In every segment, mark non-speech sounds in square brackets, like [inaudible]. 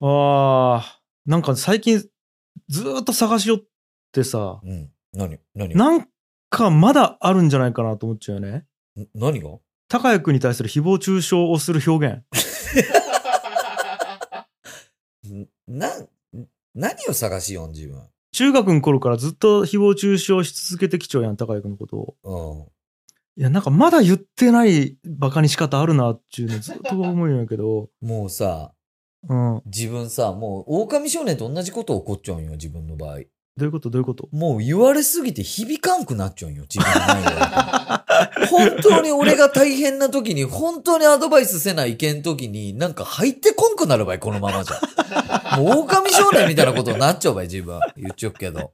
ああ、なんか最近ずーっと探しよってさ、うん。何何なんかまだあるんじゃないかなと思っちゃうよね。ん何が高谷君に対する誹謗中傷をする表現。んな、何を探しよん、自分。中学の頃からずっと誹謗中傷し続けてきちょうやん、高谷君のことを。ういん。や、なんかまだ言ってないバカに仕方あるなっていうのずっと思うんやけど、もうさ、うん。ど自分さ、もう、狼少年と同じこと起こっちゃうんよ、自分の場合。ういうことどういうこともう言われすぎて響かんくなっちゃうんよ、自分の内容本当に俺が大変な時に、本当にアドバイスせないけん時に、なんか入ってこんくなるばい、このままじゃ。もう狼少年みたいなことになっちゃうばい、自分。言っちゃうけど。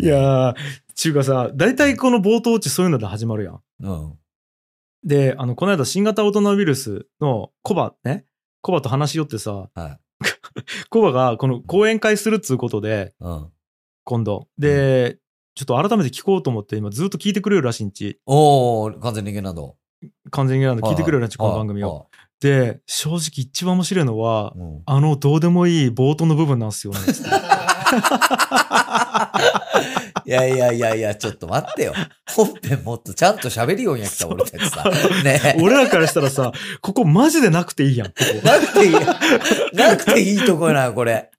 いやー、ちゅうかさ、大体この冒頭値そういうので始まるやん。うん。で、あの、この間新型オトナウイルスのコバね、コバと話しよってさ、はい。コバがこの講演会するっつうことで、うん。今度。で、ちょっと改めて聞こうと思って、今ずっと聞いてくれるらしいんち。おー、完全人間など。完全になんで聞いてくれるらしい、このはい番組を。は、で、正直一番面白いのはいうんあの、どうでもいい冒頭の部分なんで [laughs] すよね。いやいやいやいや、ちょっと待ってよ。 [laughs] 本編もっとちゃんと喋るようにやった俺たちさ。ね俺らからしたらさ、ここマジでなくていいやん、ここなく [laughs] ていい、なくていいとこな、これ。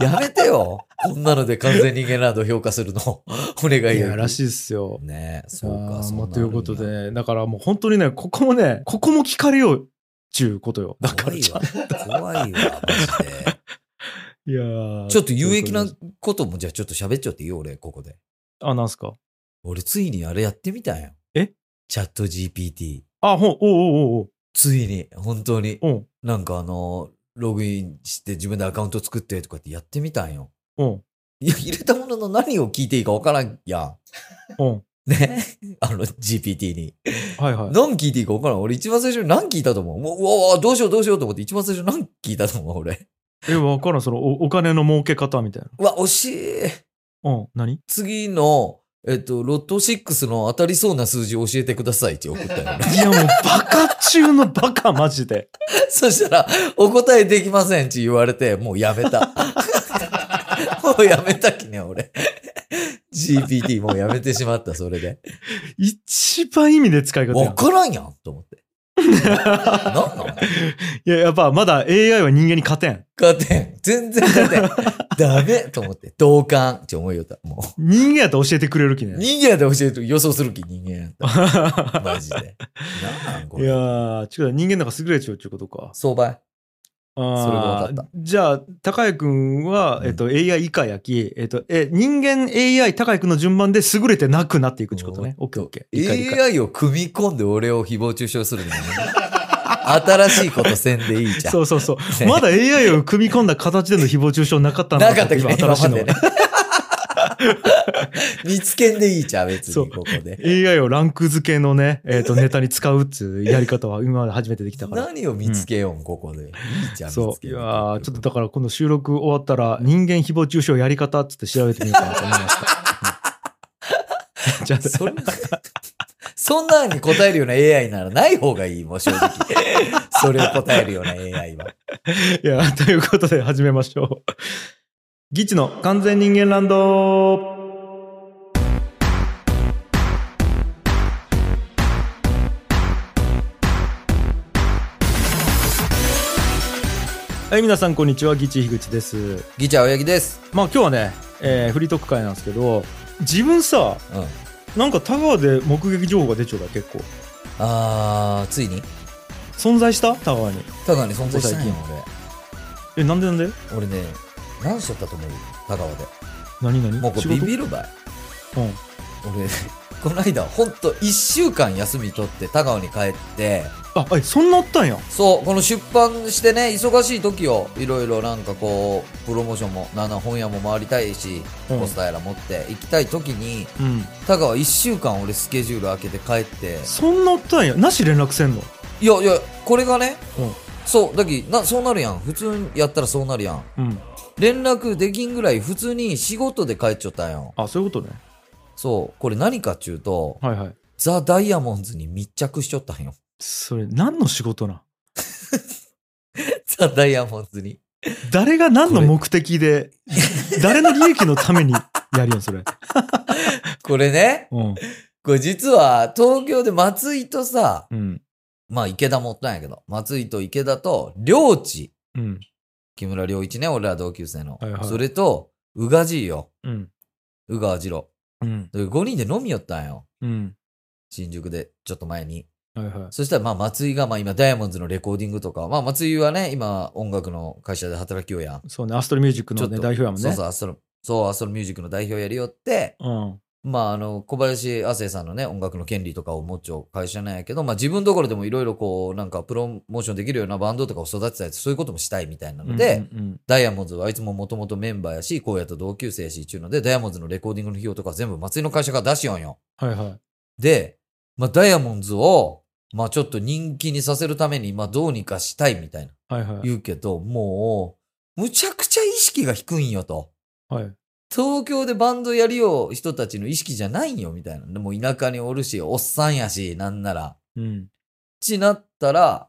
やめてよ。こんなので完全人間など評価するの。お願いいよ。や、らしいっすよ。ねそうあか、ーそまあんなとのいあるうんこだと。で、だからもう本当にね、ここもね、ここも聞かれよう、ちゅうことよ。だか怖らいちゃわ。怖いわ、マジ [laughs] で。いやーちょっと有益なというこことも、じゃあちょっと喋っちゃっていいよ、俺、ここで。とであ、なんすか俺、ついにあれやってみたんよ。えチャット GPT。あ、ほん、おうおうついに、本当に。おうおう。なんかあの、ログインして自分でアカウント作ってとかってやってみたんよ。おういや、入れたものの何を聞いていいかわからんやおう。ん。ね。あの、GPT に。はいはい。何聞いていいかわからん。俺一番最初に何聞いたと思う。もううわうわどうしようどうしようと思って一番最初に何聞いたと思う、俺。え、わからん、そのお、お金の儲け方みたいうわ、惜しい。な。うん、何次の、えっと、ロット6の当たりそうな数字を教えてくださいって送ったんよ俺。いや、もう、バカ中のバカ、マジで。 [laughs] そしたら、お答えできませんって言われて、もうやめ [laughs] た。もうやめたきね、俺。GPT もうやめてしまった、それで。一番意味で使い方やわん。からんやんと思って。なんなんいや、やっぱ、まだ AI は人間に勝てん。勝てん。全然勝てん。ダメと思って。同感って思いよった。もう。人間やったら教えてくれるきね。人間で教えて予想する気人間やった。マジで。なんなんこいれ。やー、ちょっと人間なんか優れちゃうっていうことか。相場。そそれが分かったじゃあ、高谷くんは、うんえっと、AI 以下やき、えっと、え、人間 AI 高谷くんの順番で優れてなくなっていくってことね。オッケーオッケー。理解理解 AI を組み込んで俺を誹謗中傷するのやめな新しいことせんでいいじゃん。そうそうそう。ねまだ AI を組み込んだ形での誹謗中傷なかったんだなかったけど、今今ま新しいのでね。 [laughs] 見つけんでいいじゃん、別そうに、ここで。 AI をランク付けのね、えっ、と、ネタに使うっていうやり方は今まで初めてできた [laughs] から。何を見つけよう、ここで。いいじゃん、見そつう。けいんでやーちょっとだからこの収録終わったら、人間誹謗中傷やり方っつって調べてみようかなと思いま [laughs] した。じゃあ、そんな、そんなんに答えるような AI ならない方がいい、もう正 [laughs] 直。それを答えるような AI は。 [laughs] いや、ということで始めましょう。ギチの完全人間ランド。はい、皆さんこんにちは。ギチ樋口です。ギチャ親木です。まあ今日はね、えーフリートーク会なんですけど、自分さ、うん。なんかタワーで目撃情報が出ちゃうから結構。あー、ついに。存在したタワーに。田川に存在したんよこえ、なんでなんで俺。俺ね、何しちゃったと思う田川で。何何もうこ仕れビ事ビるばい。うん。俺、この間、ほんと1週間休み取って、田川に帰って、あ、え、そんなあったんや。そう、この出版してね、忙しい時を、いろいろなんかこう、プロモーションも、なんなら本屋も回りたいし、うんポスターやら持って行きたい時に、うん。田川1週間俺スケジュール開けて帰って、そんなおったんや。なし連絡せんのいやいや、これがね、うんそう、だき、な、そうなるやん。普通にやったらそうなるやん。うん。連絡できんぐらい普通に仕事で帰っちゃったんよ。あ、そういうことね。そう、これ何かっちゅうと、はいはい。ザ・ダイヤモンズに密着しちゃったんよ。 [laughs] それ、何の仕事なんザ・ダイヤモンズに。誰が何の目的で、 [laughs] 誰の利益のためにやるよ、それ。これね、うん。これ実は東京で松井とさ、うん。まあ池田もおったんやけど、松井と池田と、領地、うん。木村良一ね、俺ら同級生の。はいはいそれと、宇賀じいよ、うん。宇賀次郎。うん。で5人で飲みよったんよ。うん。新宿で、ちょっと前に。はいはい。そしたら、まあ、松井が、まあ、今、ダイヤモンドズのレコーディングとか、まあ、松井はね、今、音楽の会社で働きようやん。そうね、アストリミュージックちのょっね、と代表やもんね。そうそう、アストロ、そう、アストロミュージックの代表やりよって、うん。まあ、あの、小林亜生さんのね、音楽の権利とかを持っちゃう会社なんやけど、まあ、自分どころでもいろいろこう、なんか、プロモーションできるようなバンドとかを育てたり、そういうこともしたいみたいなので、うんうんダイヤモンドズはいつももともとメンバーやし、こうやと同級生やし、っちゅうので、ダイヤモンドズのレコーディングの費用とか全部松井の会社から出しよんよ。うん、はいはい。で、まあ、ダイヤモンズを、まあ、ちょっと人気にさせるために、まあ、どうにかしたいみたいなはいはい。言うけど、もう、むちゃくちゃ意識が低いんよと。はい。東京でバンドやりよう人たちの意識じゃないんよみたいな。でもう田舎におるし、おっさんやし、なんなら。うん。ちなったら、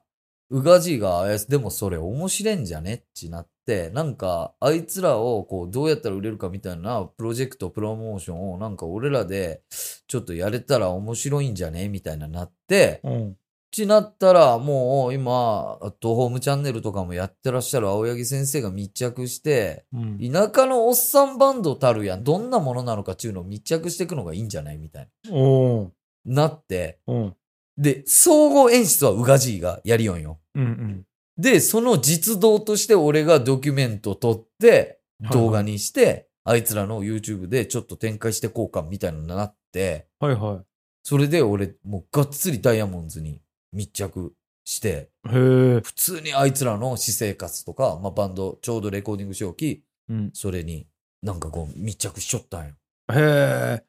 宇賀じいが、あやすでもそれ面白いんじゃねっちなって、なんか、あいつらをこう、どうやったら売れるかみたいなプロジェクト、プロモーションをなんか俺らで、ちょっとやれたら面白いんじゃねみたいななって、うん。ちなったら、もう今、アットホームチャンネルとかもやってらっしゃる青柳先生が密着して、うん。田舎のおっさんバンドたるやん、どんなものなのかっていうのを密着していくのがいいんじゃないみたいおーな。なって、うん。で、総合演出は宇賀じいがやりよんよ。うんうん。で、その実動として俺がドキュメント撮って、はい動画にして、あいつらの YouTube でちょっと展開してこうかみたいなのになって、はいはそれで俺もうがっつりダイヤモンズに密着して、い。へえ。普通にあいつらの私生活とか、まあ、バンドちょうどレコーディングしようき、うん。それになんかこう密着しちょったんよ。へ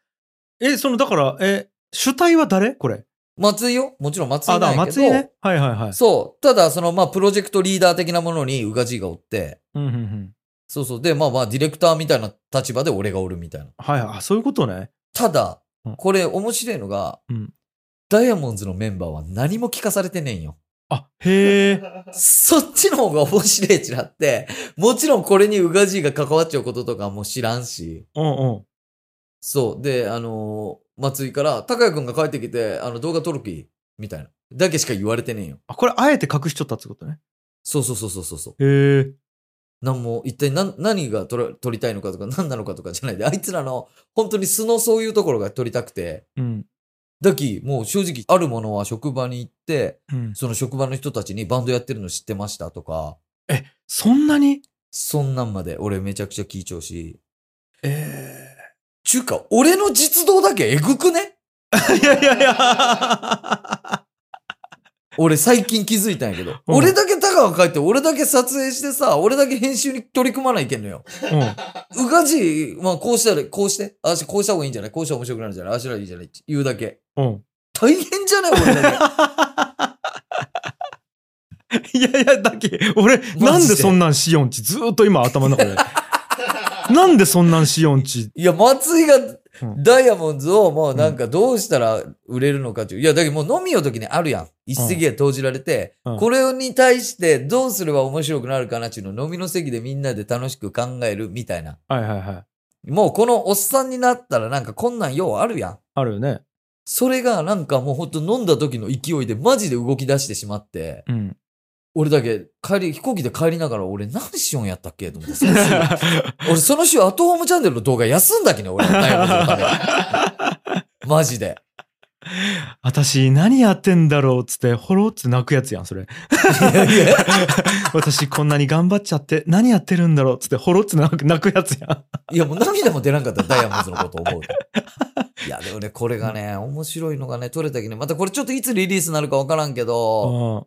え。え、その、だから、え、主体は誰これ。松井よもちろん松あ、井だからなんや松けど、井ね。はいはいはい。そう、ただそのまあプロジェクトリーダー的なものに宇賀じいがおって、うんうんうん。そうそう、でまあまあディレクターみたいな立場で俺がおるみたいな。はいはい。あ、そういうことね。ただうん、これ面白いのが、うんダイヤモンズのメンバーは何も聞かされてねえんよ。あ、へえ。そっちの方が面白いちらって、もちろんこれに宇賀じいが関わっちゃうこととかも知らんし。うんうん。そう。で、あのー松井から、高谷くんが帰ってきて、あの動画撮る気みたいな。だけしか言われてねえんよ。あ、これ、あえて隠しちゃったってことね。そうそうそうそうそうそう。へえ。なんも、一体何、何が撮ら撮りたいのかとか、何なのかとかじゃないで、あいつらの、本当に素のそういうところが撮りたくて、うん。だき、もう正直、あるものは職場に行って、うん。その職場の人たちにバンドやってるの知ってましたとか、そんなにそんなんまで俺めちゃくちゃ聞いちゃうし。えちゅうか、俺の実動だけえぐくねえ。いやいやいや。俺最近気づいたんやけど。うん俺だけ高が帰って、俺だけ撮影してさ、俺だけ編集に取り組まないけんのよ。うがじい、まあこうしたら、こうして、ああしこうした方がいいんじゃないこうしたら面白くなるんじゃないああしたらいいじゃない言うだけ。うん。うん。大変じゃない俺だけ。いやいや、だっけ、俺、でなんでそんなんしよんち、ずーっと今頭の中で。 [laughs] なんでそんなんしよんち。いや、松井がんダイヤモンズをもうなんかどうしたら売れるのかっていう。いや、だけどもう飲みよ時にあるやん。一席が投じられて、うんこれに対してどうすれば面白くなるかなっていうのを飲みの席でみんなで楽しく考えるみたいな。はいはいはい。もうこのおっさんになったらなんかこんなんようあるやん。あるよね。それがなんかもうほんと飲んだ時の勢いでマジで動き出してしまって、うん。俺だけ帰り、飛行機で帰りながら俺何しよんやったっけと思ってその週。 [laughs] 俺その週アットホームチャンネルの動画休んだきね、俺。ダイヤモンドのために [laughs] マジで。 [laughs] 私、何やってんだろうっつって、ほろっつ泣くやつやん、それ。いやいや私、こんなに頑張っちゃって、何やってるんだろうっつって、ほろっつ泣く泣くやつやん。いや、もう涙も出なかった、ダイヤモンドのことを思うと。いや、でもね、これがね、面白いのがね、撮れたきね、またこれちょっといつリリースなるかわからんけうんど、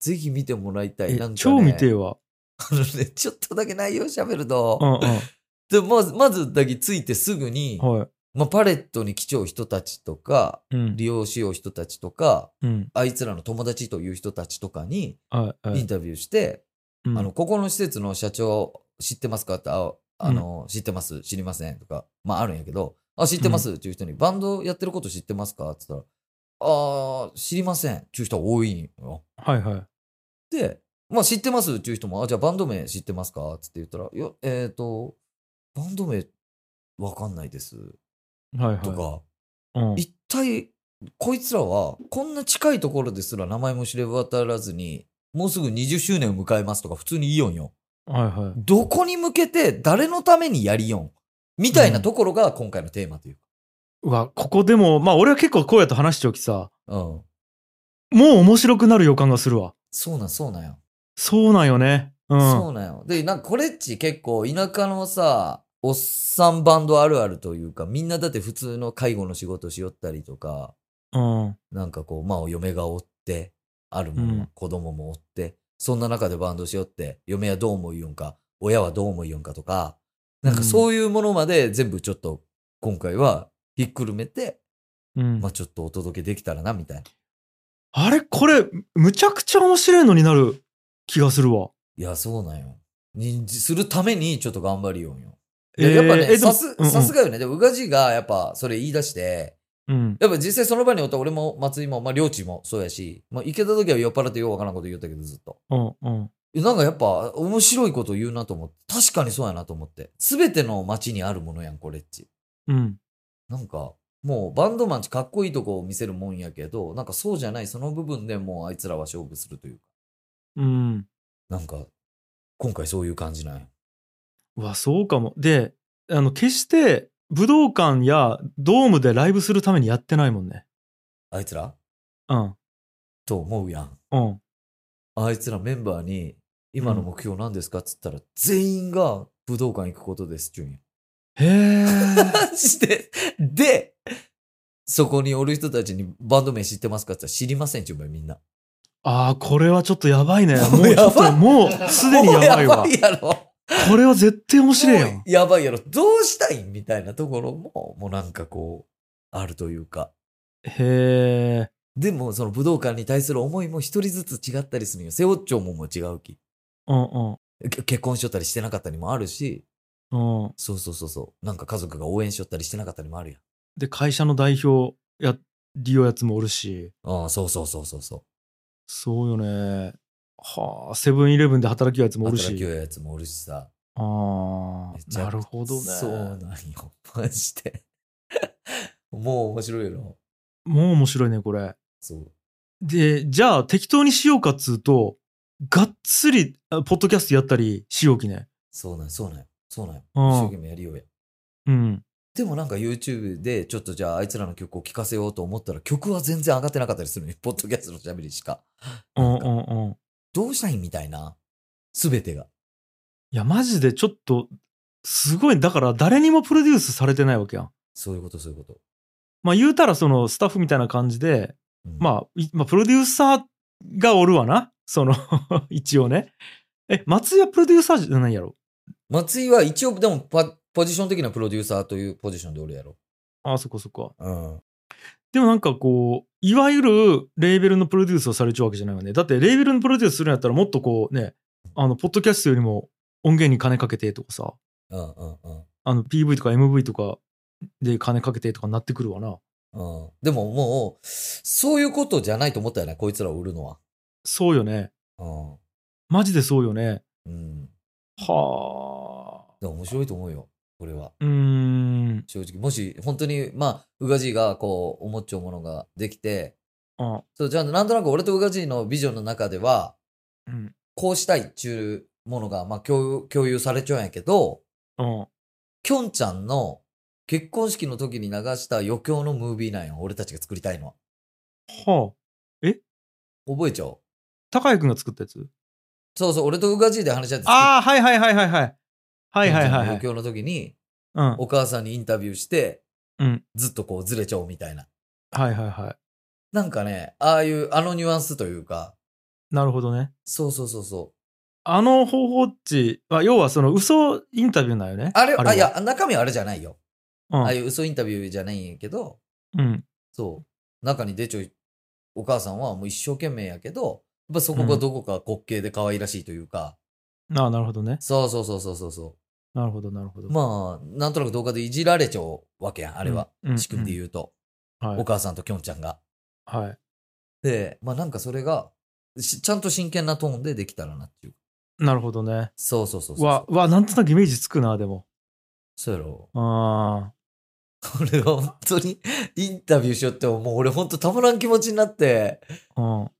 ぜひ見てもらいたい。えなんか、ね、超見てえわ。あのね、ちょっとだけ内容喋るうんと、うん。でまず、まずだけついてすぐに、はまあ、パレットに来ちゃう人たちとか、い。うん。利用しよう人たちとか、うん。あいつらの友達という人たちとかにはいはインい。タビューして、うんあの、ここの施設の社長知ってますかって、あ、あの、知ってます知りませんとか、まああるんやけど、あ、知ってますっていう人に、バンドやってること知ってますかって言ったら、あー、知りませんっていう人が多いんよ。はいはい。で、まあ知ってますっていう人も、あ、じゃあバンド名知ってますかつって言ったら、いや、えっ、と、バンド名わかんないです。はいとか、はうん一体、こいつらは、こんな近いところですら名前も知れ渡らずに、もうすぐ20周年を迎えますとか、普通にイオンよ。はいはどこに向けて、誰のためにやりよんみたいなところが今回のテーマというか。い。うわ、ここでも、まあ俺は結構こうやと話しておきさ、うん。もう面白くなる予感がするわ。そうなん、そうなんよ。そうなんよね。うん。そうなんよ。で、なんかこれっち結構田舎のさ、おっさんバンドあるあるというか、みんなだって普通の介護の仕事しよったりとか、うん。なんかこう、まあお嫁がおって、あるもの、うん子供もおって、そんな中でバンドしよって、嫁はどう思いよんか、親はどう思いよんかとか、なんかそういうものまで全部ちょっと今回はひっくるめて、うんまあちょっとお届けできたらなみたいな。あれこれ、むちゃくちゃ面白いのになる気がするわ。いや、そうなんよ。にするためにちょっと頑張りよんよ。えーやっぱね、えでもさすうんうんさすがよね。でも、宇賀じがやっぱそれ言い出して、うん。やっぱ実際その場におった俺も松井も、まあ、両地もそうやし、まあ、行けた時は酔っ払ってようわからんこと言ったけど、ずっと。うん。うん。えなんかやっぱ面白いこと言うなと思って、確かにそうやなと思って。すべての街にあるものやん、これっち。うん。なんか、もうバンドマンちかっこいいとこを見せるもんやけど、なんかそうじゃない、その部分でもうあいつらは勝負するというか。うん。なんか、今回そういう感じなんや。うわ、そうかも。で、あの、決して武道館やドームでライブするためにやってないもんね。あいつらうん。と思うやん。うん。あいつらメンバーに、今の目標何ですかっつったら、全員が武道館行くことです、ジュニへえ。ア。マ [laughs] ジで。で、そこにおる人たちにバンド名知ってますかって言ったら知りません、ジュニアみんな。 [laughs] ああ、これはちょっとやばいね。もう [laughs] もうちょっやばと、いもうすでにやばいわもう。やばいやろ。これは絶対面白いやもん。うやばいやろ。どうしたいんみたいなところも、もうなんかこう、あるというか。へえ。でも、その武道館に対する思いも一人ずつ違ったりするんよ。背負っちょうもんも違うき。うんうん。け結婚しよったりしてなかったりもあるし、うん、そうそうそうそう。なんか家族が応援しよったりしてなかったりもあるやん。で会社の代表や利用やつもおるしああ、そうそうそうそうそう。そうよねはあセブンイレブンで働きやつもおる働きしようやつもおるしさ。あめちあゃくなるほどねそうなんよ。 [laughs] マジで。 [laughs] もう面白いよな。もう面白いねこれそう。でじゃあ適当にしようかっつうとがっつりあポッドキャストやったりしようきねそうなんよそうなんよそうなんようん一生懸命やりようや。うんでもなんか YouTube でちょっとじゃああいつらの曲を聴かせようと思ったら曲は全然上がってなかったりするのよ。ポッドキャストの喋りしか。うんうんうんどうしたいんみたいな。すべてが。いやマジでちょっとすごいだから誰にもプロデュースされてないわけやんそういうことそういうこと。まあ言うたらそのスタッフみたいな感じでうんまあ、いまあ、プロデューサーがおるわな。その、 [laughs] 一応ね。え、松井はプロデューサーじゃないやろ。松井は一応でもパポジション的なプロデューサーというポジションでおるやろ。あ、そこそこ。うん。でもなんかこう、いわゆるレーベルのプロデュースをされちゃうわけじゃないよね。だってレーベルのプロデュースするんやったらもっとこうね、あの、ポッドキャストよりも音源に金かけてとかさ、うんうんうん。あの、PV とか MV とかで金かけてとかになってくるわな。うん、でももう、そういうことじゃないと思ったよね、こいつらを売るのは。そうよね。うマジでそうよね。ん。うん。はあ。でも面白いと思うよ、これは。うーん。正直。もし、本当に、まあ、宇賀じがこう、思っちゃうものができて、あ、そう、じゃあ、なんとなく俺と宇賀じのビジョンの中では、うん。こうしたいっちゅうものが、まあ、共有、共有されちゃうんやけど、うん。きょんちゃんの結婚式の時に流した余興のムービーなんよ、俺たちが作りたいのは。はあ。覚えちゃおう。高井くんが作ったやつそうそう、俺と宇賀じで話し合って作っああ、はいはいはいはいはい。はいはいはい、はきいょんち。ゃんの余興の時に、うん。はお母さんにインタビューして、うんずっとこうずれちゃおうみたいな。いはいはなんかね、ああいう、あのニュアンスというか、い。なるほどね。そうそうそうそう。あの方法っちは、要はその嘘インタビューなんよね。あれ、あ、はいや、中身はあれじゃないよ。うんああいう嘘インタビューじゃないんやけど、うん。そう。中に出ちょい、お母さんはもう一生懸命やけど、やっぱそこがどこか滑稽で可愛らしいというか、ああ、なるほどね。そうそうそうそうそうそなるほどなるほど。う。まあ、なんとなく動画でいじられちゃうわけやん、あれは。うん、仕組みで言うと、うん。はおい。母さんときょんちゃんが。はい。で、まあなんかそれが、しちゃんと真剣なトーンでできたらなっていう。なるほどね。そうそうそうそう。わ、わ、なんとなくイメージつくな、でも。そうやろ。 [laughs] あこれは本当にインタビューしようっても、もう俺本当たまらん気持ちになって、あ、うん。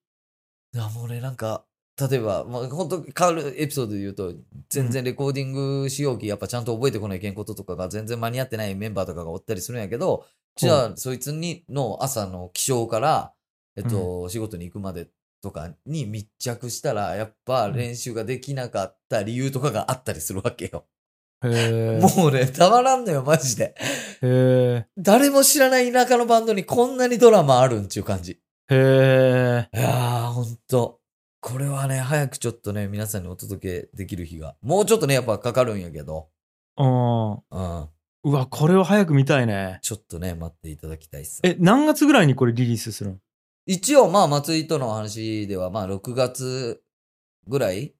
いやもう俺なんか、例えば、まあ、本当変わるエピソードで言うと、全然レコーディングしようき、やっぱちゃんと覚えてこないけんこととかが全然間に合ってないメンバーとかがおったりするんやけど、じゃあ、そいつにの朝の起床から、えっと、仕事に行くまでとかに密着したら、やっぱ練習ができなかった理由とかがあったりするわけよ。へえ。もうね、たまらんのよ、マジで。へ誰も知らない田舎のバンドにこんなにドラマあるんちゅう感じ。え。へえ。いやー、ほんと。これはね、早くちょっとね、皆さんにお届けできる日が。もうちょっとね、やっぱかかるんやけど。うん。うん。うわ、これは早く見たいね。ちょっとね、待っていただきたいっす。え、何月ぐらいにこれリリースするん一応、まあ、松井との話では、まあ、6月ぐらい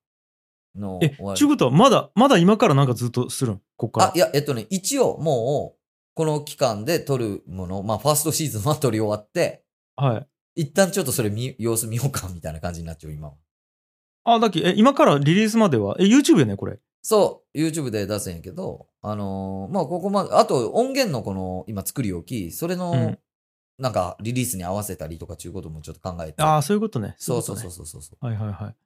のえ、ちゅうことは、まだ、まだ今からなんかずっとするんこっから。あ、いや、えっとね、一応、もう、この期間で撮るもの、まあ、ファーストシーズンは撮り終わって、はい。一旦ちょっとそれ見、様子見ようか、みたいな感じになっちゃう、今は。あ、だっけ、え、今からリリースまでは、え、YouTube やね、これ。そう、YouTube で出せんやけど、あのーまあ、ここまで、あと音源のこの、今作り置き、それの、うんなんか、リリースに合わせたりとかっていうこともちょっと考えて。ああ、そういうことね。そうそういそうこそうそうそとね。はいはいはい。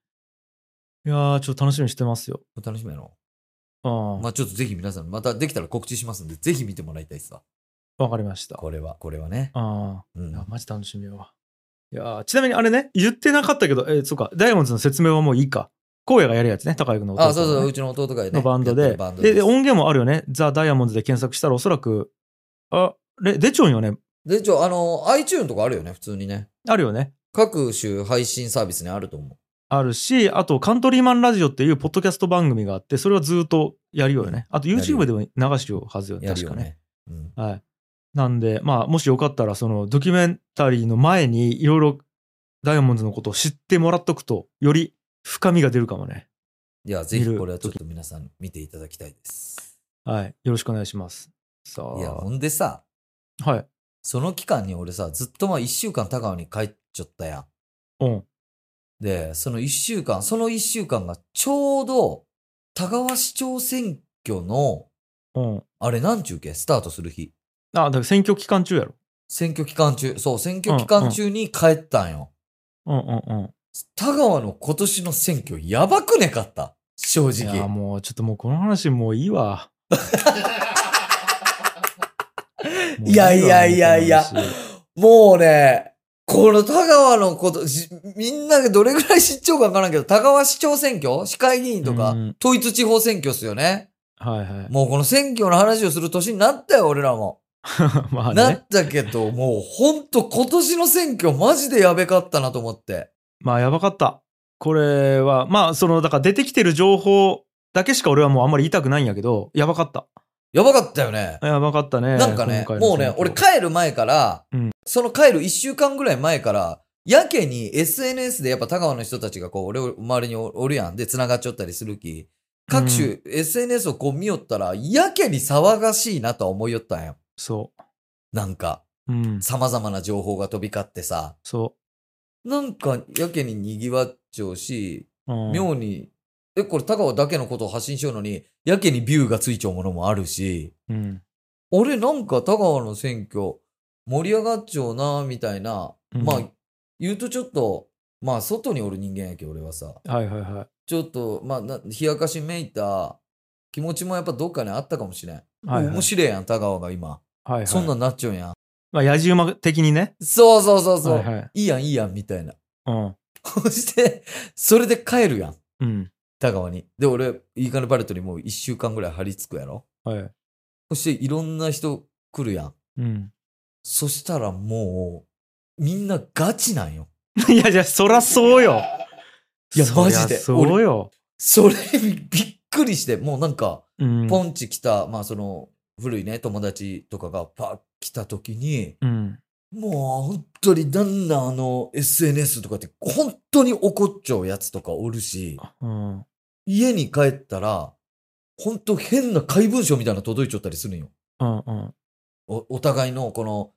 いやー、ちょっと楽しみにしてますよ。う。楽しみやろ。うん。まわあ、ちょっとぜひ皆さん、またできたら告知しますんで、ぜひ見てもらいたいっすわ。かりました。これは、これはね。あうあ。いんや、。マジ楽しみやわ。いやーちなみにあれね、言ってなかったけど、えそうか、ダイヤモンドズの説明はもういいか。荒野がやるやつね、高井君の弟あ、さんそうのねそう、うちの弟がね。のバンドやっでてるバンドでで。です音源もあるよね。ザ・ダイヤモンドで検索したらおそらく、あれ、出ちゃうんよね。で、ちょ、あの、iTune とかあるよね、普通にね。あるよね。各種配信サービスにあると思あるし、あと、カントリーマンラジオっていうポッドキャスト番組があって、それはずっとやるよね。あと、やるよ YouTube でも流してるはずよう。ね。やる確よかね。ね。うん。はい。なんで、まあ、もしよかったら、その、ドキュメンタリーの前に、いろいろ、ダイヤモンドのことを知ってもらっとくと、より深みが出るかもね。いや、ぜひ見るこれはちょっと皆さん見ていただきたいです。はい。よろしくお願いします。さあ。いや、ほんでさ、はい。その期間に俺さ、ずっとまあ1週間高尾に帰っちゃったやうん。ん。で、その1週間、その1週間がちょうど、田川市長選挙の、うん。あれなんちゅうけスタートする日。あ、だから選挙期間中やろ。選挙期間中、そう、選挙期間中に帰ったんよ。うんうんうん。田川の今年の選挙やばくねかった。正いや直。もうちょっともうこの話もういい [laughs] わ。もういやいやいやいやもうこの話もうね、この田川のこと、しみんながどれぐらい市長かわからんけど、田川市長選挙市会議員とかうん、統一地方選挙っすよね。はいはもうこの選挙の話をする年になったよ、俺らも。い。まあなね。ったけど、もうほんと今年の選挙マジでやべかったなと思って。まあやばかった。これは、まあその、だから出てきてる情報だけしか俺はもうあんまり言いたくないんやけど、やばかった。やばかったよね。やばかったね。なんかね、今回のもうね、選挙俺帰る前から、うんその帰る一週間ぐらい前から、やけに SNS でやっぱ田川の人たちがこう、俺を周りにおおるやんで繋がっちゃったりするき、各種 SNS をこう見よったら、やけに騒がしいなとは思いよったんよ。そなんか、う。うん。様々な情報が飛び交ってさ、そなんかやけに賑わっちゃうし、う。うん、妙に、え、これ田川だけのことを発信しようのに、やけにビューがついちゃうものもあるし、うん。俺なんか田川の選挙盛り上がっちゃうなみたいな、うんまあ言うとちょっとまあ外におる人間やけ俺はさはいはいはい。ちょっとまあな冷やかしめいた気持ちもやっぱどっかにあったかもしれん、はいはい面白いやん田川が今、はいはい、そんなんなっちゃうんやんまあ、やじ馬的にね。そうそうそうそう、はいいはい。い、やんいいやんみたいな [laughs] うん。そしてそれで帰るやんうん。田川にで俺いいかねパレットにもう1週間ぐらい張り付くやろはい。そしていろんな人来るやんうん。そしたらもう、みんなガチなんよ。 [laughs] いやいや、そらそうよ。いやそりゃマジでそうよ。それにびっくりして、もうなんか、うん。ポンチ来た、まあその、古いね、友達とかがパッ来た時に、うん。もう本当になんなんあの SNS とかって本当に怒っちゃうやつとかおるし、うん。家に帰ったら、本当変な怪文書みたいなの届いちゃったりするんよ。うんうん。お、お互いのこの、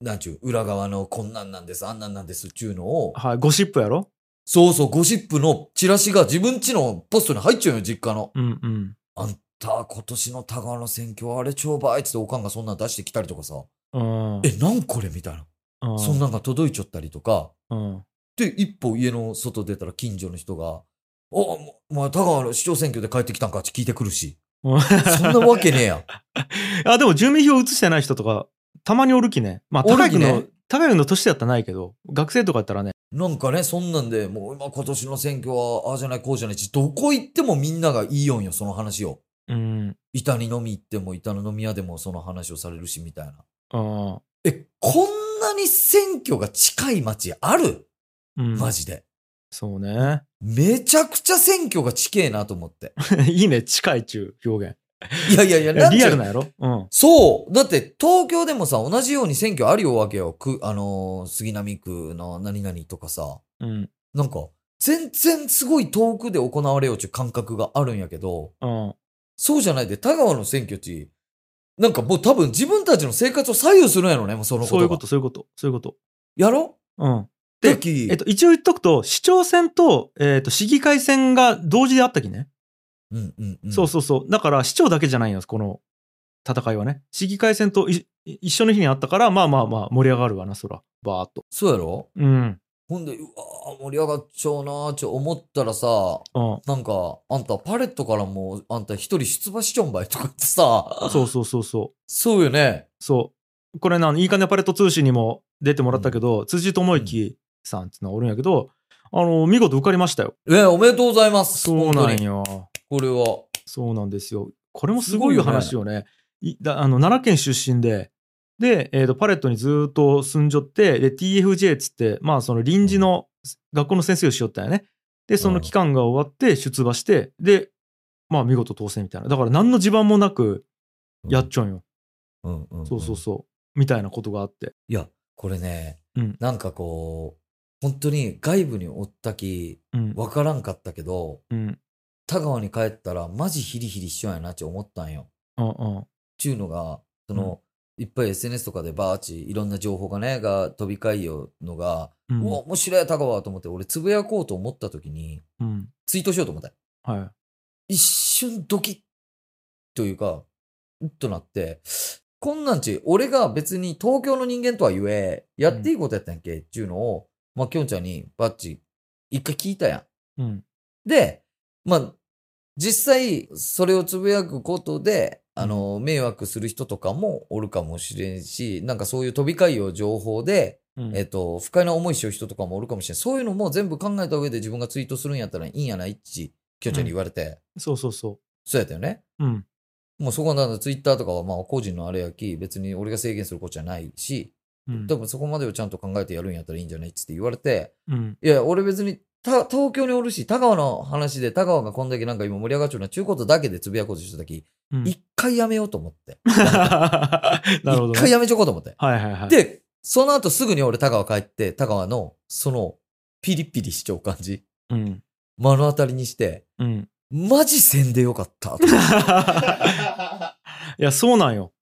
なんちゅう、裏側のこんなんなんです、あんなんなんですっちゅうのを、はい。ゴシップやろそうそう、ゴシップのチラシが自分家のポストに入っちゃうよ、実家の。うんうんあんた、今年の田川の選挙あれちょうばいっつっておかんがそんなん出してきたりとかさ、うんえ、なんこれみたいな。うんそんなんが届いちゃったりとか、うん [laughs] で、一歩家の外出たら近所の人が、お、おお前田川の市長選挙で帰ってきたんかって聞いてくるし、そんなわけねえやん。あでも住民票移してない人とかたまにおるきねまあお高る井き君ねの高井君の年だったらないけど学生とかやったらねなんかね、そんなんで、もう今今年の選挙は、ああじゃない、こうじゃないし、どこ行ってもみんながいいよんよ、その話を。うん板に飲み行っても、板の飲み屋でもその話をされるし、みたいな。うんえ、こんなに選挙が近い街あるうんマジで。そうね [laughs] めちゃくちゃ選挙が近えなと思って。いいね近いっちゅう表現いやいやいや、いやなんていリうアルなんやろうんそうだって東京でもさ、同じように選挙あるよわけよ。く、あのー杉並区の何々とかさ。うんなんか、全然すごい遠くで行われようちゅう感覚があるんやけど、うんそうじゃないで、田川の選挙地、なんかもう多分自分たちの生活を左右するんやろね、もうそのことそうがいうことそういうことそういうことやろうんでだき、えっと、一応言っとくと、市長選と、えっと、市議会選が同時であったきね。うんうんうん。そうそうそう。だから、市長だけじゃないんです、この戦いはね。市議会選といい一緒の日にあったから、まあまあまあ、盛り上がるわな、そら。バーっと。そうやろうん。ほんで、うわー盛り上がっちゃうなーって思ったらさ、うん。なんか、あんたパレットからもう、あんた一人出馬しちょんばいとかってさ、 [laughs] そうそうそうそう。そうよね。そう。これな、いいかねパレット通信にも出てもらったけど、辻智之さんっていうのがおるんやけど、あの、見事受かりましたよ。え、おめでとうございます。そうな本当んによ。これは。そうなんですよ。これもすごいすごいよね話よね。いだあの奈良県出身で、で、えーとパレットにずーっと住んじょって、で、TFJ っつって、まあ、その臨時の学校の先生をしよったんやね。で、そうのん期間が終わって出馬して、で、まあ、見事当選みたいな。だから、何の地盤もなくやっちょんよ。うんうん、そうそうそう。みたいなことがあって。いや、これね、うんなんかこう、本当に外部におったき、うん。わからんかったけど、うん。田川に帰ったらマジヒリヒリしちゃうやなって思ったんよ。うんうん。ちゅうのが、その、いっぱい SNS とかでバーチ、いろんな情報がね、が飛び交いようのが、ううんわ、面白い田川と思って、俺つぶやこうと思った時に、うん。ツイートしようと思った。はい。一瞬ドキッというか、うっとなって、こんなんち、俺が別に東京の人間とは言え、やっていいことやったんやっけっていうのを、まあ、きょんちゃんにバッチ、一回聞いたやん。うん。で、まあ、実際、それをつぶやくことで、あの、迷惑する人とかもおるかもしれんし、なんかそういう飛び交いを情報で、うんえっと、不快な思いしよう人とかもおるかもしれん。そういうのも全部考えた上で自分がツイートするんやったらいいんやないって、きょんちゃんに言われて、そうそうそそうやったよね。う。うん。もうそこはなんだ、ツイッターとかはまあ個人のあれやき、別に俺が制限することじゃないし、うん多。分そこまでをちゃんと考えてやるんやったらいいんじゃないっつって言われて、うん。いや、俺別にた東京におるし、田川の話で田川がこんだけなんか今盛り上がっちゃうのは中古とだけでつぶやこうとしてたき、うん一回やめようと思って。 [laughs] なるほど、一回ね。やめちょこうと思って。はいはいはい。、で、その後すぐに俺田川帰って、田川のそのピリピリしちゃう感じ、うん。目の当たりにして、 [laughs] うん。マジせんでよかったと。 [laughs] いや、そうなんよ。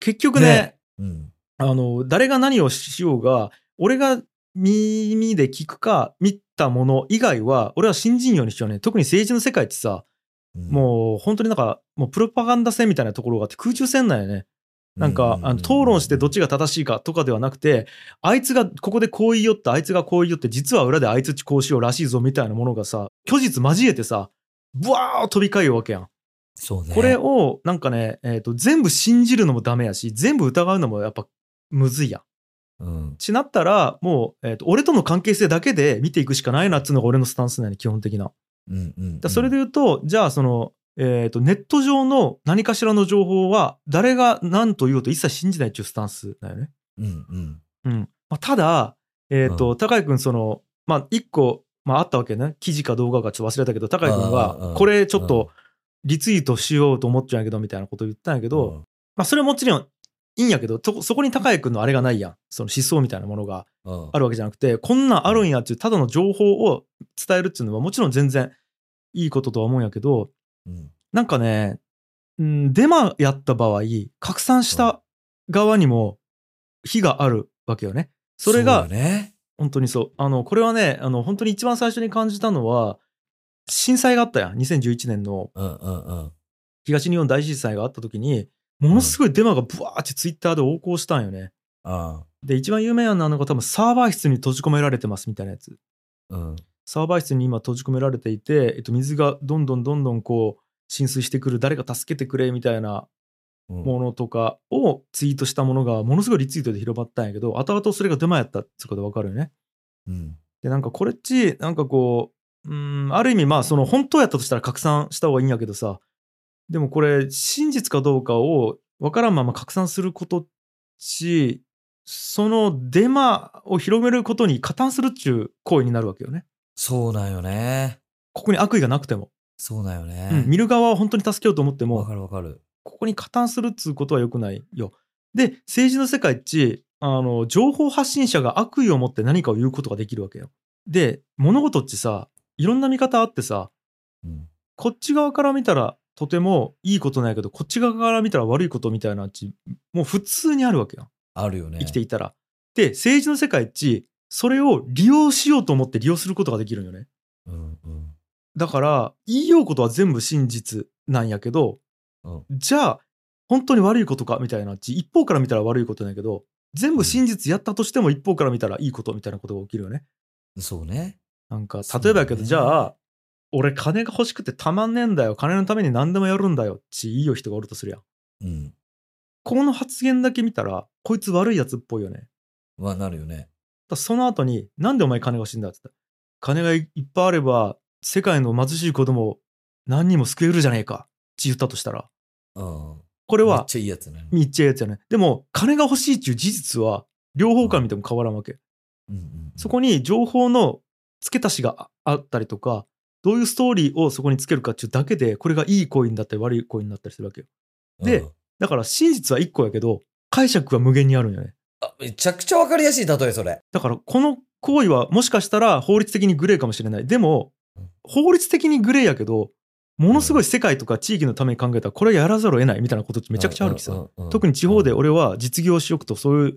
結局ね、ねうん。あの、誰が何をしようが、俺が耳で聞くか、見たもの以外は、俺は信じんようにしようね。特に政治の世界ってさ、うんもう本当になんか、もうプロパガンダ戦みたいなところがあって、空中戦なんよね。なんか、あの討論してどっちが正しいかとかではなくて、あいつがここでこう言いよって、あいつがこう言いよって、実は裏であいつちこうしようらしいぞみたいなものがさ、虚実交えてさ、ブワーッ飛び交うわけやん。そうね。これをなんかね、えー、と全部信じるのもダメやし全部疑うのもやっぱむずいやん。うん。ちなったらもう、えー、と俺との関係性だけで見ていくしかないなっつうのが俺のスタンスなんやね基本的な。だかうんうんうんらそれで言うと、じゃあその、えー、とネット上の何かしらの情報は誰が何と言おうと一切信じないっていうスタンスだよね。うんうん。うんまあ、ただ、えーとう高井君そのまあ一個、まあ、あったわけね記事か動画かちょっと忘れたけど高井君うんうんうがんこれちょっとリツイートしようと思っちゃうんやけどみたいなこと言ったんやけど、まあ、それもちろんいいんやけどとそこに高井君のあれがないやんその思想みたいなものがうん、うんあるわけじゃなくてこんなんあるんやっていうただの情報を伝えるっていうのはもちろん全然いいこととは思うんやけどうんなんかね、うん、デマやった場合拡散した側にも非があるわけよね。それがうよね本当にそう。あの、これはね、あの、本当に一番最初に感じたのは、震災があったやん。2011年のうんうんうん。東日本大震災があった時に、ものすごいデマがブワーってツイッターで横行したんよね。あで、一番有名なのが多分サーバー室に閉じ込められてますみたいなやつ。あ。うん。サーバー室に今閉じ込められていて、えっと、水がどんどんどんどんこう浸水してくる誰か助けてくれみたいなうんものとかをツイートしたものがものすごいリツイートで広まったんやけど後々それがデマやったってことわかるよね。うん。でなんかこれっちなんかこううーんある意味まあその本当やったとしたら拡散した方がいいんやけどさでもこれ真実かどうかをわからんまま拡散することっちそのデマを広めることに加担するっちゅう行為になるわけよね。そうなんよね。ここに悪意がなくても。そうなんよね。うん、見る側は本当に助けようと思ってわもかるわかる。ここに加担するっつうことは良くないよ。で政治の世界っちあの情報発信者が悪意を持って何かを言うことができるわけよ。で物事っちさいろんな見方あってさうん。こっち側から見たらとてもいいことないけどこっち側から見たら悪いことみたいなっちもう普通にあるわけよあるよね。生きていたら。で政治の世界っちそれを利用しようと思って利用することができるんよね。うんうん。だから言いようことは全部真実なんやけど、うんじゃあ本当に悪いことかみたいなち一方から見たら悪いことなんやけど全部真実やったとしても一方から見たらいいことみたいなことが起きるよね。そうね。なんかそう例ねえばやけど、じゃあ俺金が欲しくてたまんねえんだよ金のために何でもやるんだよちいいよ人がおるとするやん。うん。ここの発言だけ見たらこいつ悪いやつっぽいよね。はなるよね。だからその後に、なんでお前金が欲しいんだって言ったら金がいいっぱいあれば、世界の貧しい子供を何人も救えるじゃねえかって言ったとしたら、うん。ここれめっは、ちゃいいやつね。みっちゃいやつやね。でも、金が欲しいっていう事実は、両方から見ても変わらんわけ。うんうん。そこに情報の付け足しがああったりとか、どういうストーリーをそこにつけるかっていうだけで、これがいい行為になったり悪い行為になったりするわけよ。でうんだから真実は1個やけど、解釈は無限にあるんよね。あ、めちゃくちゃわかりやすい例え、それ。だからこの行為はもしかしたら法律的にグレーかもしれないでもうん法律的にグレーやけどものすごい世界とか地域のために考えたらこれやらざるを得ないみたいなことってめちゃくちゃあるきさ特に地方でうん俺は実業しよくとそういう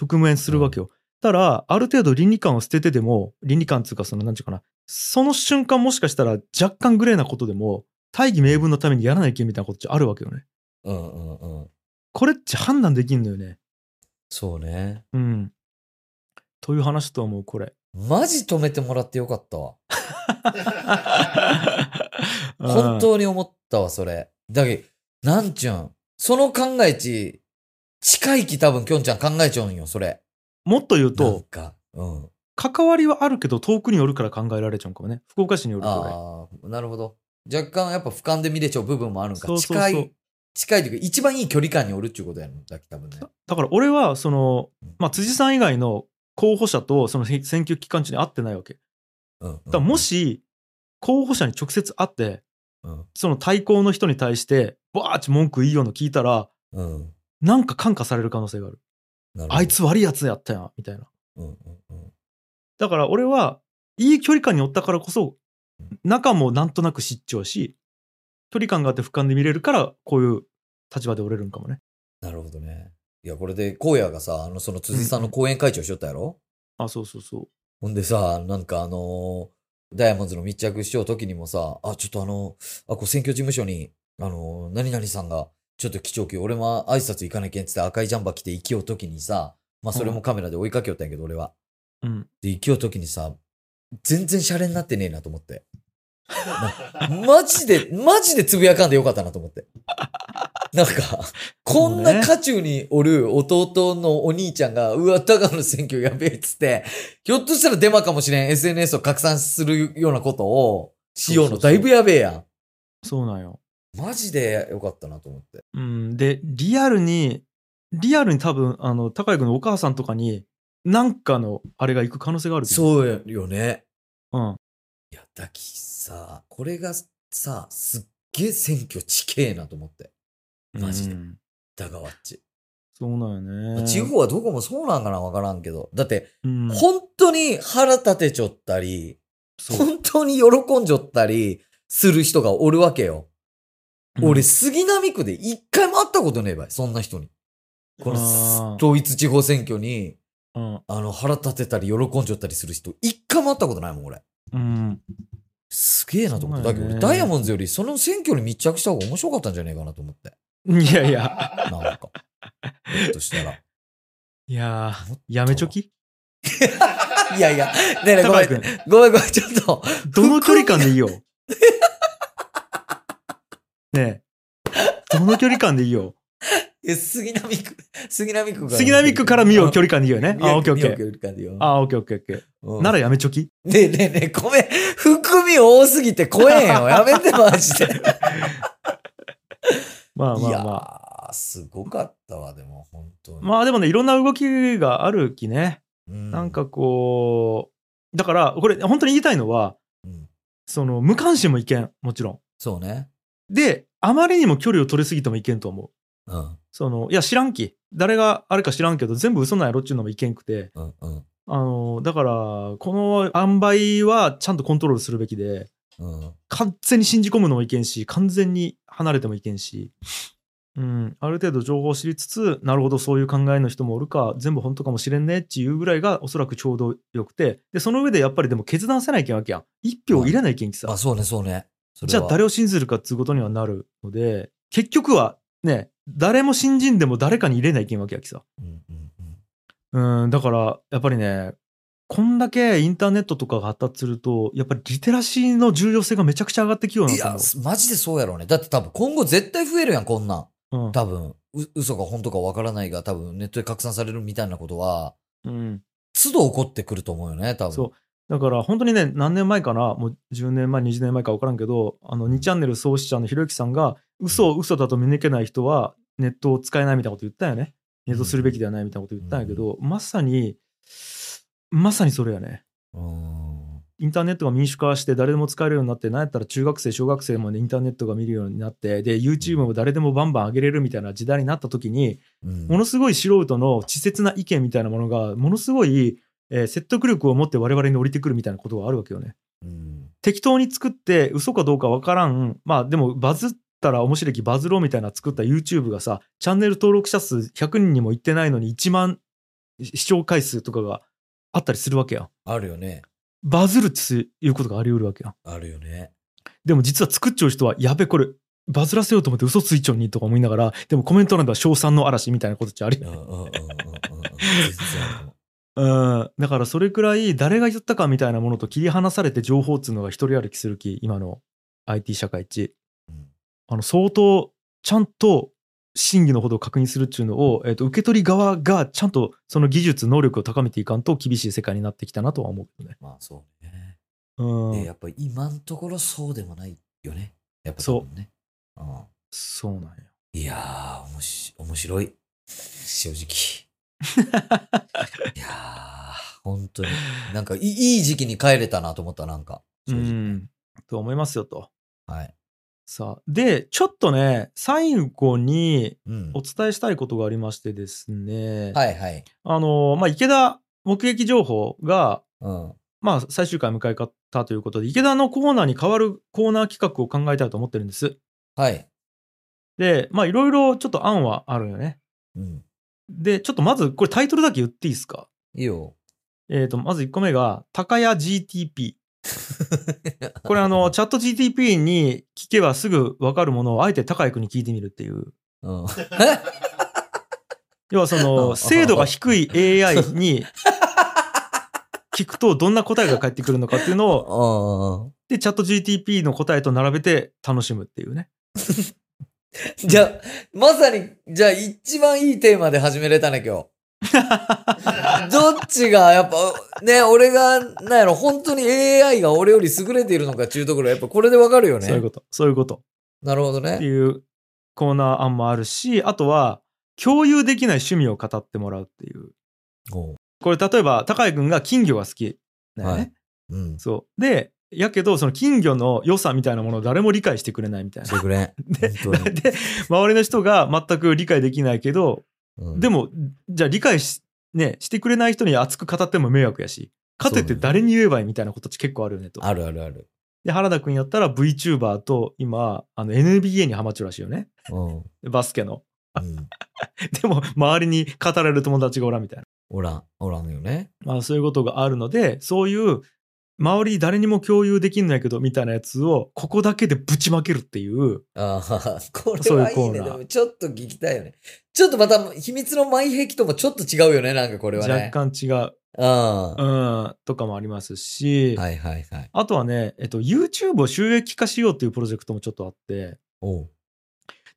直面するわけよただある程度倫理観を捨ててでも倫理観っつうかその何ていうかなその瞬間もしかしたら若干グレーなことでも大義名分のためにやらないけんみたいなことってあるわけよねうんうんうん。これって判断できんのよねそうね。うんという話と思うこれマジ止めてもらってよかったわ。 [laughs] 本当に思ったわ、それ。だけど、なんちゅうん。その考え値、近いき多分、きょんちゃん考えちゃうんよ、それ。もっと言うなんと、か。うん。関わりはあるけど、遠くによるから考えられちゃうかもね。福岡市によるとね。ああ、なるほど。若干やっぱ俯瞰で見れちゃう部分もあるんか。そうそうそう近い、近いというか、一番いい距離感におるっちゅうことやもんだけ多分ね。だから俺は、その、まあ、辻さん以外の候補者と、その選選挙期間中に会ってないわけ。だうんうん、からも、し、候補者に直接会って、うん、その対抗の人に対して、バーッチ文句言いようの聞いたら、うん。なんか感化される可能性がある。なるほどあい、つ悪いやつやったやん、みたいな。うんうんうん。だから俺は、いい距離感におったからこそ、中もなんとなく失調し、距離感があって俯瞰で見れるから、こういう立場で折れるんかもね。なるほどね。いや、これで、荒野がさ、あの、その辻さんの講演会長しよったやろ、あ、そうそうそう。ほんでさ、なんかあのーダイヤモンドの密着しよう時にもさ、あ、ちょっとあの、あ、こう選挙事務所に、あのー何々さんが、ちょっと貴重期、俺も挨拶行かなきゃんつって赤いジャンバー着て行きよう時にさ、まあそれもカメラで追いかけよったんやけど、俺は。うん。で、行きよう時にさ、全然シャレになってねえなと思って。なマジで、マジでつぶやかんでよかったなと思って。なんか、こんな渦中におる弟のお兄ちゃんが、うわ、高野の選挙やべえっつって、ひょっとしたらデマかもしれん SNS を拡散するようなことをしようそのうそうそうだいぶやべえやん。そうなんよ。マジでよかったなと思って。うん。で、リアルに、リアルに多分、あの、高井君のお母さんとかに、なんかの、あれが行く可能性があるう。そうよね。うん。いや、だきさ、これがさ、すっげえ選挙地形なと思って。マジでうんダガワッチ。そうなんよね。地方はどこもそうなんかなわからんけど。だって、うん、本当に腹立てちょったり、そう本当に喜んじょったりする人がおるわけよ。うん俺、杉並区で一回も会ったことねえばい、そんな人に。こあーの統一地方選挙に、うん。あの、腹立てたり、喜んじゃったりする人、一回も会ったことないもん、俺。うん。すげえなと思って。そうだだけよねど、俺ダイヤモンドより、その選挙に密着した方が面白かったんじゃねえかなと思って。いやいや、なんか。ひょっとしたら。いやー、やめちょきいやいや、ねえねえご高め橋、ん君、ごめんごめん、ちょっと。どの距離感でい [laughs] いよ。ねえ。どの距離感でいいよ。え、杉並区、 [laughs] 杉並区から。杉並区から見よう距離感でいいよ離ね。あ、オッケーオッケー。ーあ、オッケーオッケーオッケー。うんならやめちょきねえねえねえ、ごめん。含み多すぎて怖 [laughs] えよ。やめて、マジで。まあまいあやー、まあ。すごかったわ、でも、本当に。まあでもね、いろんな動きがあるきね。うなん、かこう、だから、これ、本当に言いたいのは、うんその、無関心もいけん、もちろん。そうね。で、あまりにも距離を取りすぎてもいけんと思う。うん、その、いや、知らんき。誰があれか知らんけど、全部嘘なんやろっちゅうのもいけんくて。うん、うん。あの、だから、この塩梅はちゃんとコントロールするべきで、うん、完全に信じ込むのもいけんし、完全に離れてもいけんし、うん、ある程度情報を知りつつ、なるほど、そういう考えの人もおるか、全部本当かもしれんねっていうぐらいが、おそらくちょうどよくて、で、その上でやっぱりでも決断せないけんわけやん。一票入れないけんきさ。あ、そうね、そうね。それじゃはあ誰を信じるかっていうことにはなるので、結局はね、誰も信じんでも誰かに入れないけんわけやきさ。うん、うん、うん。うん、だから、やっぱりね、こんだけインターネットとかが発達すると、やっぱりリテラシーの重要性がめちゃくちゃ上がってきようないんだや、マジでそうやろうね。だって多分今後絶対増えるやん、こんなん。うん。多分、う嘘か本当かわからないが、多分ネットで拡散されるみたいなことは、うん。都度起こってくると思うよね、多分。そうだから本当にね、何年前かな、もう10年前、20年前か分からんけど、あの2チャンネル創始者のひろゆきさんが、嘘を嘘だと見抜けない人はネットを使えないみたいなこと言ったよね。ネットするべきではないみたいなこと言ったんやけど、まさに、まさにそれやね。うーん。インターネットが民主化して誰でも使えるようになって、なんやったら中学生、小学生もね、インターネットが見るようになって、で、YouTube も誰でもバンバン上げれるみたいな時代になった時に、うんものすごい素人の稚拙な意見みたいなものが、ものすごい、えー説得力を持って我々に降りてくるみたいなことがあるわけよね。うん適当に作って嘘かどうかわからんまあでもバズったら面白いきバズろうみたいな作った YouTube がさチャンネル登録者数100人にもいってないのに1万視聴回数とかがあったりするわけやんあるよね。バズるっていうことがあり得るわけやんあるよね。でも実は作っちゃう人はやべこれバズらせようと思って嘘ついちゃうにとか思いながらでもコメント欄では称賛の嵐みたいなことっちゃあるうよんうんねうんうんうんうん。全然あるかもうんだからそれくらい誰が言ったかみたいなものと切り離されて情報っつうのが一人歩きするき今の IT 社会一うんあの相当ちゃんと真偽のほどを確認するっていうのを、えー、と受け取り側がちゃんとその技術能力を高めていかんと厳しい世界になってきたなとは思うけどね。まあそうね。うで、ん、やっぱり今のところそうでもないよね。やっぱうね。うんそうなんや。いやー、おもし、面白い。正 [laughs] 直。いやー、本当に。なんかいい、いい時期に帰れたなと思った、なんか。う正直ん、と思いますよと。はい。さあでちょっとね最後にうん。お伝えしたいことがありましてですね、はいはい。あのまあ、池田目撃情報が、うん。まあ、最終回迎えたということで池田のコーナーに変わるコーナー企画を考えたいと思ってるんです。はい。でまあいろいろちょっと案はあるよね。うん。で、ちょっとまず、これタイトルだけ言っていいですかいいよ。えっ、と、まず1個目が、高屋 GTP。これあの、チャット GTP に聞けばすぐわかるものを、あえて高谷君に聞いてみるっていう。 [laughs] うん。要はその、精度が低い AI に聞くと、どんな答えが返ってくるのかっていうのを、ああ。で、チャット GTP の答えと並べて楽しむっていうね。 [laughs] じゃあ、まさに、じゃあ一番いいテーマで始めれたね、今日。 [laughs] どっちが、やっぱ、ね、俺が、なんやろ、本当に AI が俺より優れているのかっていうところ、やっぱこれでわかるよね。そういうこと。そういうこと。なるほどってね。いうコーナー案もあるし、あとは、共有できない趣味を語ってもらうっていう。おうこれ例えば高井君が金魚が好きだよね、はいうん。そうでやけどその金魚の良さみたいなものを誰も理解してくれないみたいしてなくれん。本当に。 [laughs] で周りの人が全く理解できないけど、うんでもじゃあ理解し,、ね、してくれない人に熱く語っても迷惑やしかといって誰に言えばいいみたいなことって結構あるよねとあるあるある。で原田君やったら VTuber と今あの NBA にハマっちゃうらしいよねうん。バスケのうんでも周りに語れる友達がおらんみたいなおらん、おらんのよね。まあ、そういうことがあるのでそういう周り誰にも共有できんのやけどみたいなやつをここだけでぶちまけるっていうああ、 [laughs] これそうはいいうコいーね。ナーでもちょっと聞きたいよね。ちょっとまた秘密の前壁ともちょっと違うよね、なんかこれは若ね。干違う、うん。はうん、とかもありますし、いはいはい。あとはね、えっと、YouTube を収益化しようっていうプロジェクトもちょっとあっておう。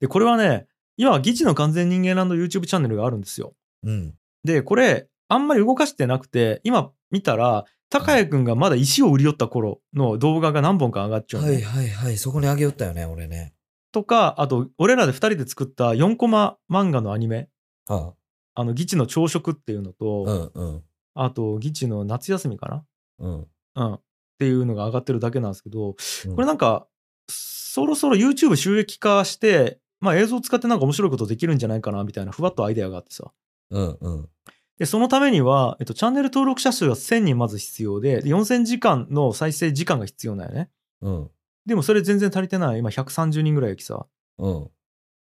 でこれはね今議事の完全人間ランド YouTube チャンネルがあるんですようん。でこれあんまり動かしてなくて今見たら高谷君がまだ石を売り寄った頃の動画が何本か上がっちゃうのね、はいはいはい。そこにあげよったよね、俺ね。とかあと俺らで2人で作った4コマ漫画のアニメあ「あの議事の朝食」っていうのと、うんうんあと議事の夏休みかうん。な、うん、っていうのが上がってるだけなんですけどうんこれなんかそろそろ YouTube 収益化して、まあ、映像を使ってなんか面白いことできるんじゃないかなみたいなふわっとアイデアがあってさうんうん。で、そのためには、えっと、チャンネル登録者数が1000人まず必要で、で4000時間の再生時間が必要なんよね。うんでもそれ全然足りてない。今130人ぐらいやきさ。うん。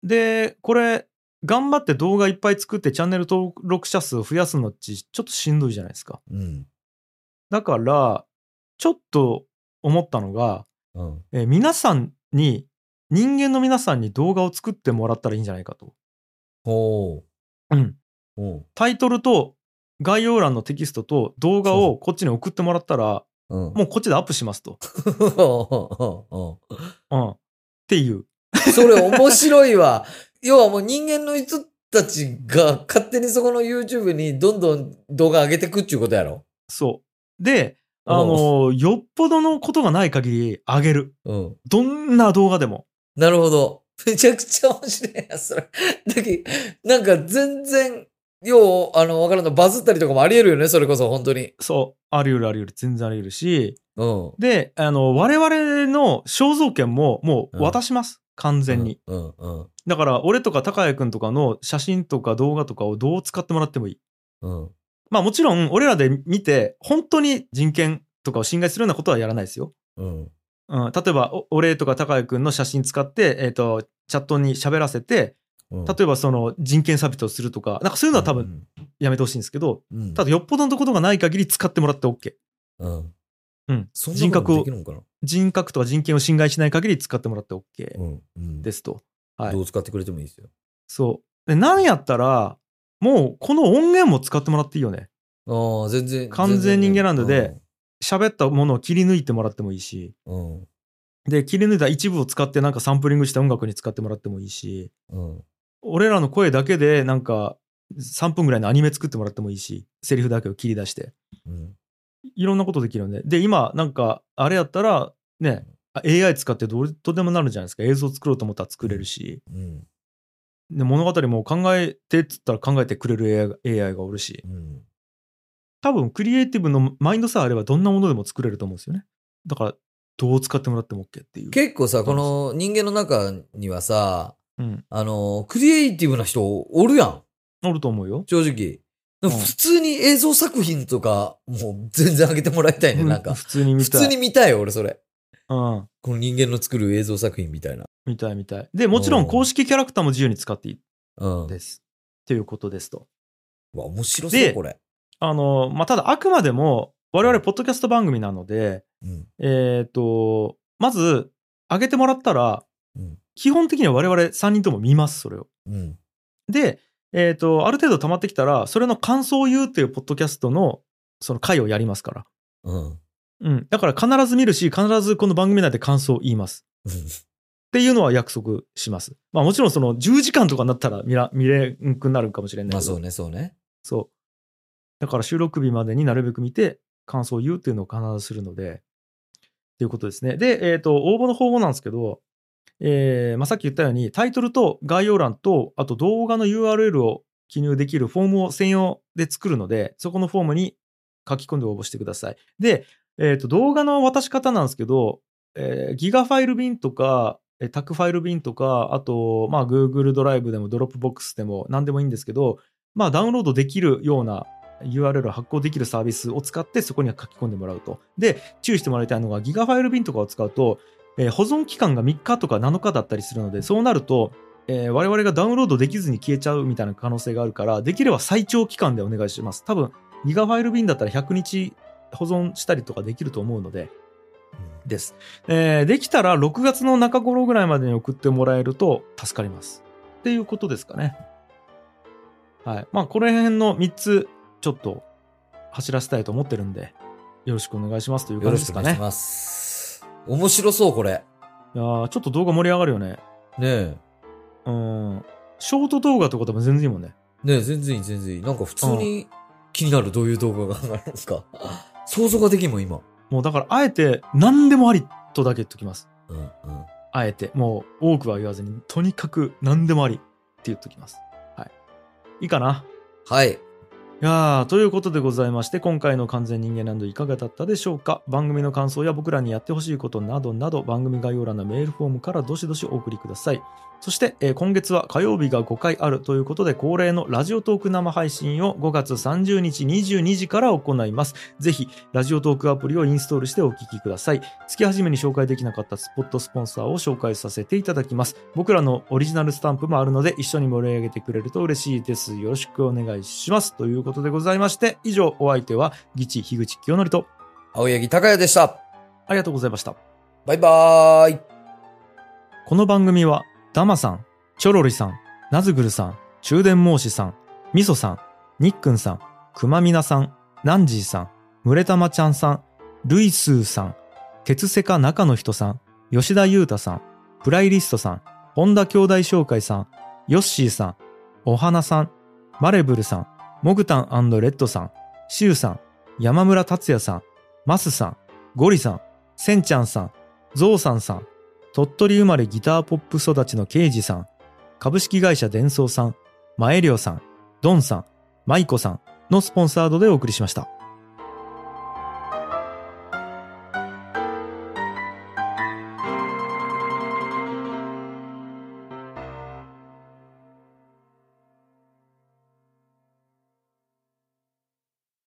で、これ、頑張って動画いっぱい作ってチャンネル登録者数を増やすのってちょっとしんどいじゃないですか。うんだから、ちょっと思ったのが、うん。えー皆さんに、人間の皆さんに動画を作ってもらったらいいんじゃないかと。ほうん。う。ほタイトルと概要欄のテキストと動画をこっちに送ってもらったら、う。うん。もうこっちでアップしますと。 [laughs] ううん。っていう。それ面白いわ。 [laughs] 要はもう人間の人たちが勝手にそこの YouTube にどんどん動画上げてくっちゅうことやろ。そう。で、あのーよっぽどのことがない限り上げる。うん。どんな動画でも。なるほど。めちゃくちゃ面白いな、それ。だけなんか全然、よう、あの、わからんの、バズったりとかもあり得るよね、それこそ、本当に。そう。あり得るあり得る。全然あり得るし。うん。で、あの、我々の肖像権ももう渡します。完全に。うんうんだから、俺とか高谷くんとかの写真とか動画とかをどう使ってもらってもいい。うん。まあもちろん、俺らで見て、本当に人権とかを侵害するようなことはやらないですよ。うん。うん、例えば、お俺とか高谷くんの写真使って、えっ、と、チャットに喋らせて、うん。例えばその人権差別をするとか、なんかそういうのは多分やめてほしいんですけど、うん、うん。ただよっぽどのことがない限り使ってもらって OK。うん。うん。そん人なこ格ともでをき、るのかな人格とか人権を侵害しない限り使ってもらって OK うん。うん。ですと。はいどう使ってくれてもいいですよ。そう。で、なんやったら、もうこの音源も使ってもらっていいよね。ああ、全然。完全人間ランドで全然ね喋ったものを切り抜いてもらってもいいし、うん。で、切り抜いた一部を使ってなんかサンプリングした音楽に使ってもらってもいいし、うん。俺らの声だけでなんか3分ぐらいのアニメ作ってもらってもいいし、セリフだけを切り出して。うん。いろんなことできるよね。で、今、なんか、あれやったら、ね、あ AI 使ってどうとでもなるじゃないですか。映像作ろうと思ったら作れるし、うん。で物語も考えてっつったら考えてくれる AI が AI がおるし、うん。多分クリエイティブのマインドさえあればどんなものでも作れると思うんですよね。だから、どう使ってもらっても OK っていう。結構さ、この人間の中にはさ、うん。あの、クリエイティブな人おるやん。おると思うよ。正直。うん普通に映像作品とか、もう全然上げてもらいたいね、なんうか。普通に見普たい。通に見たいよ、俺それ。うん。この人間の作る映像作品みたいな。見たい見たい。で、もちろん公式キャラクターも自由に使っていいうん。うです。ということですと。わ、面白そでう、これ。あの、まあ、ただあくまでも我々ポッドキャスト番組なので、うん。えっ、と、まず、上げてもらったら、うん基本的には我々3人とも見ます、それを。うん。で、えっ、と、ある程度溜まってきたら、それの感想を言うっていうポッドキャストの、その回をやりますから。うん。うん。だから必ず見るし、必ずこの番組内で感想を言います。っていうのは約束します。まあもちろんその10時間とかになったら見ら見れんくなるかもしれないけど。まあそうね、そうね。そう。だから収録日までになるべく見て、感想を言うっていうのを必ずするので、ということですね。で、えっ、と、応募の方法なんですけど、えーまあ、さっき言ったように、タイトルと概要欄と、あと動画の URL を記入できるフォームを専用で作るので、そこのフォームに書き込んで応募してください。で、えっ、と、動画の渡し方なんですけど、えーギガファイル便とか、えータクファイル便とか、あと、まあ、Google ドライブでも Dropbox でも何でもいいんですけど、まあ、ダウンロードできるような URL を発行できるサービスを使ってそこには書き込んでもらうと。で、注意してもらいたいのがギガファイル便とかを使うと、えー保存期間が3日とか7日だったりするので、そうなると、えー我々がダウンロードできずに消えちゃうみたいな可能性があるから、できれば最長期間でお願いします。多分、ギガファイル便だったら100日保存したりとかできると思うので、です。えーできたら6月の中頃ぐらいまでに送ってもらえると助かります。っていうことですかね。はい。まあ、この辺の3つ、ちょっと走らせたいと思ってるんで、よろしくお願いしますというよ感ろじでしすくかおね。願いいします。面白そう、これ。やーちょっと動画盛り上がるよね。ねえ。うん。ショート動画とかでも全然いいもんね。ねえ、全然いい、全然いい。なんか普通に気になる、どういう動画が上がるんですか。想像ができんもん、今。もうだから、あえて、何でもありとだけ言っときます。うんうん。あえて、もう多くは言わずに、とにかく何でもありって言っときます。はい。いいかなはい。いやーということでございまして今回の「完全人間ランド」いかがだったでしょうか番組の感想や僕らにやってほしいことなどなど番組概要欄のメールフォームからどしどしお送りくださいそして、えー今月は火曜日が5回あるということで恒例のラジオトーク生配信を5月30日22時から行いますぜひラジオトークアプリをインストールしてお聞きください月初めに紹介できなかったスポットスポンサーを紹介させていただきます僕らのオリジナルスタンプもあるので一緒に盛り上げてくれると嬉しいですよろしくお願いしますということでございまして以上お相手はギチ樋口清則と青柳高也でした。ありがとうございましたバイバーイ。この番組はダマさんチョロリさんナズグルさん中電申しさんみそさんにっくんさんくまみなさんナンジーさんむれたまちゃんさんルイスーさん鉄セカ中の人さん吉田裕太さんプライリストさん本田兄弟紹介さんヨッシーさんお花さんマレブルさんモグタンレッドさんシュウさん山村達也さんマスさんゴリさんセンちゃんさんゾウさんさん鳥取生まれギターポップ育ちの刑事さん、株式会社伝送さん、マエリョさん、ドンさん、マイコさんのスポンサードでお送りしました。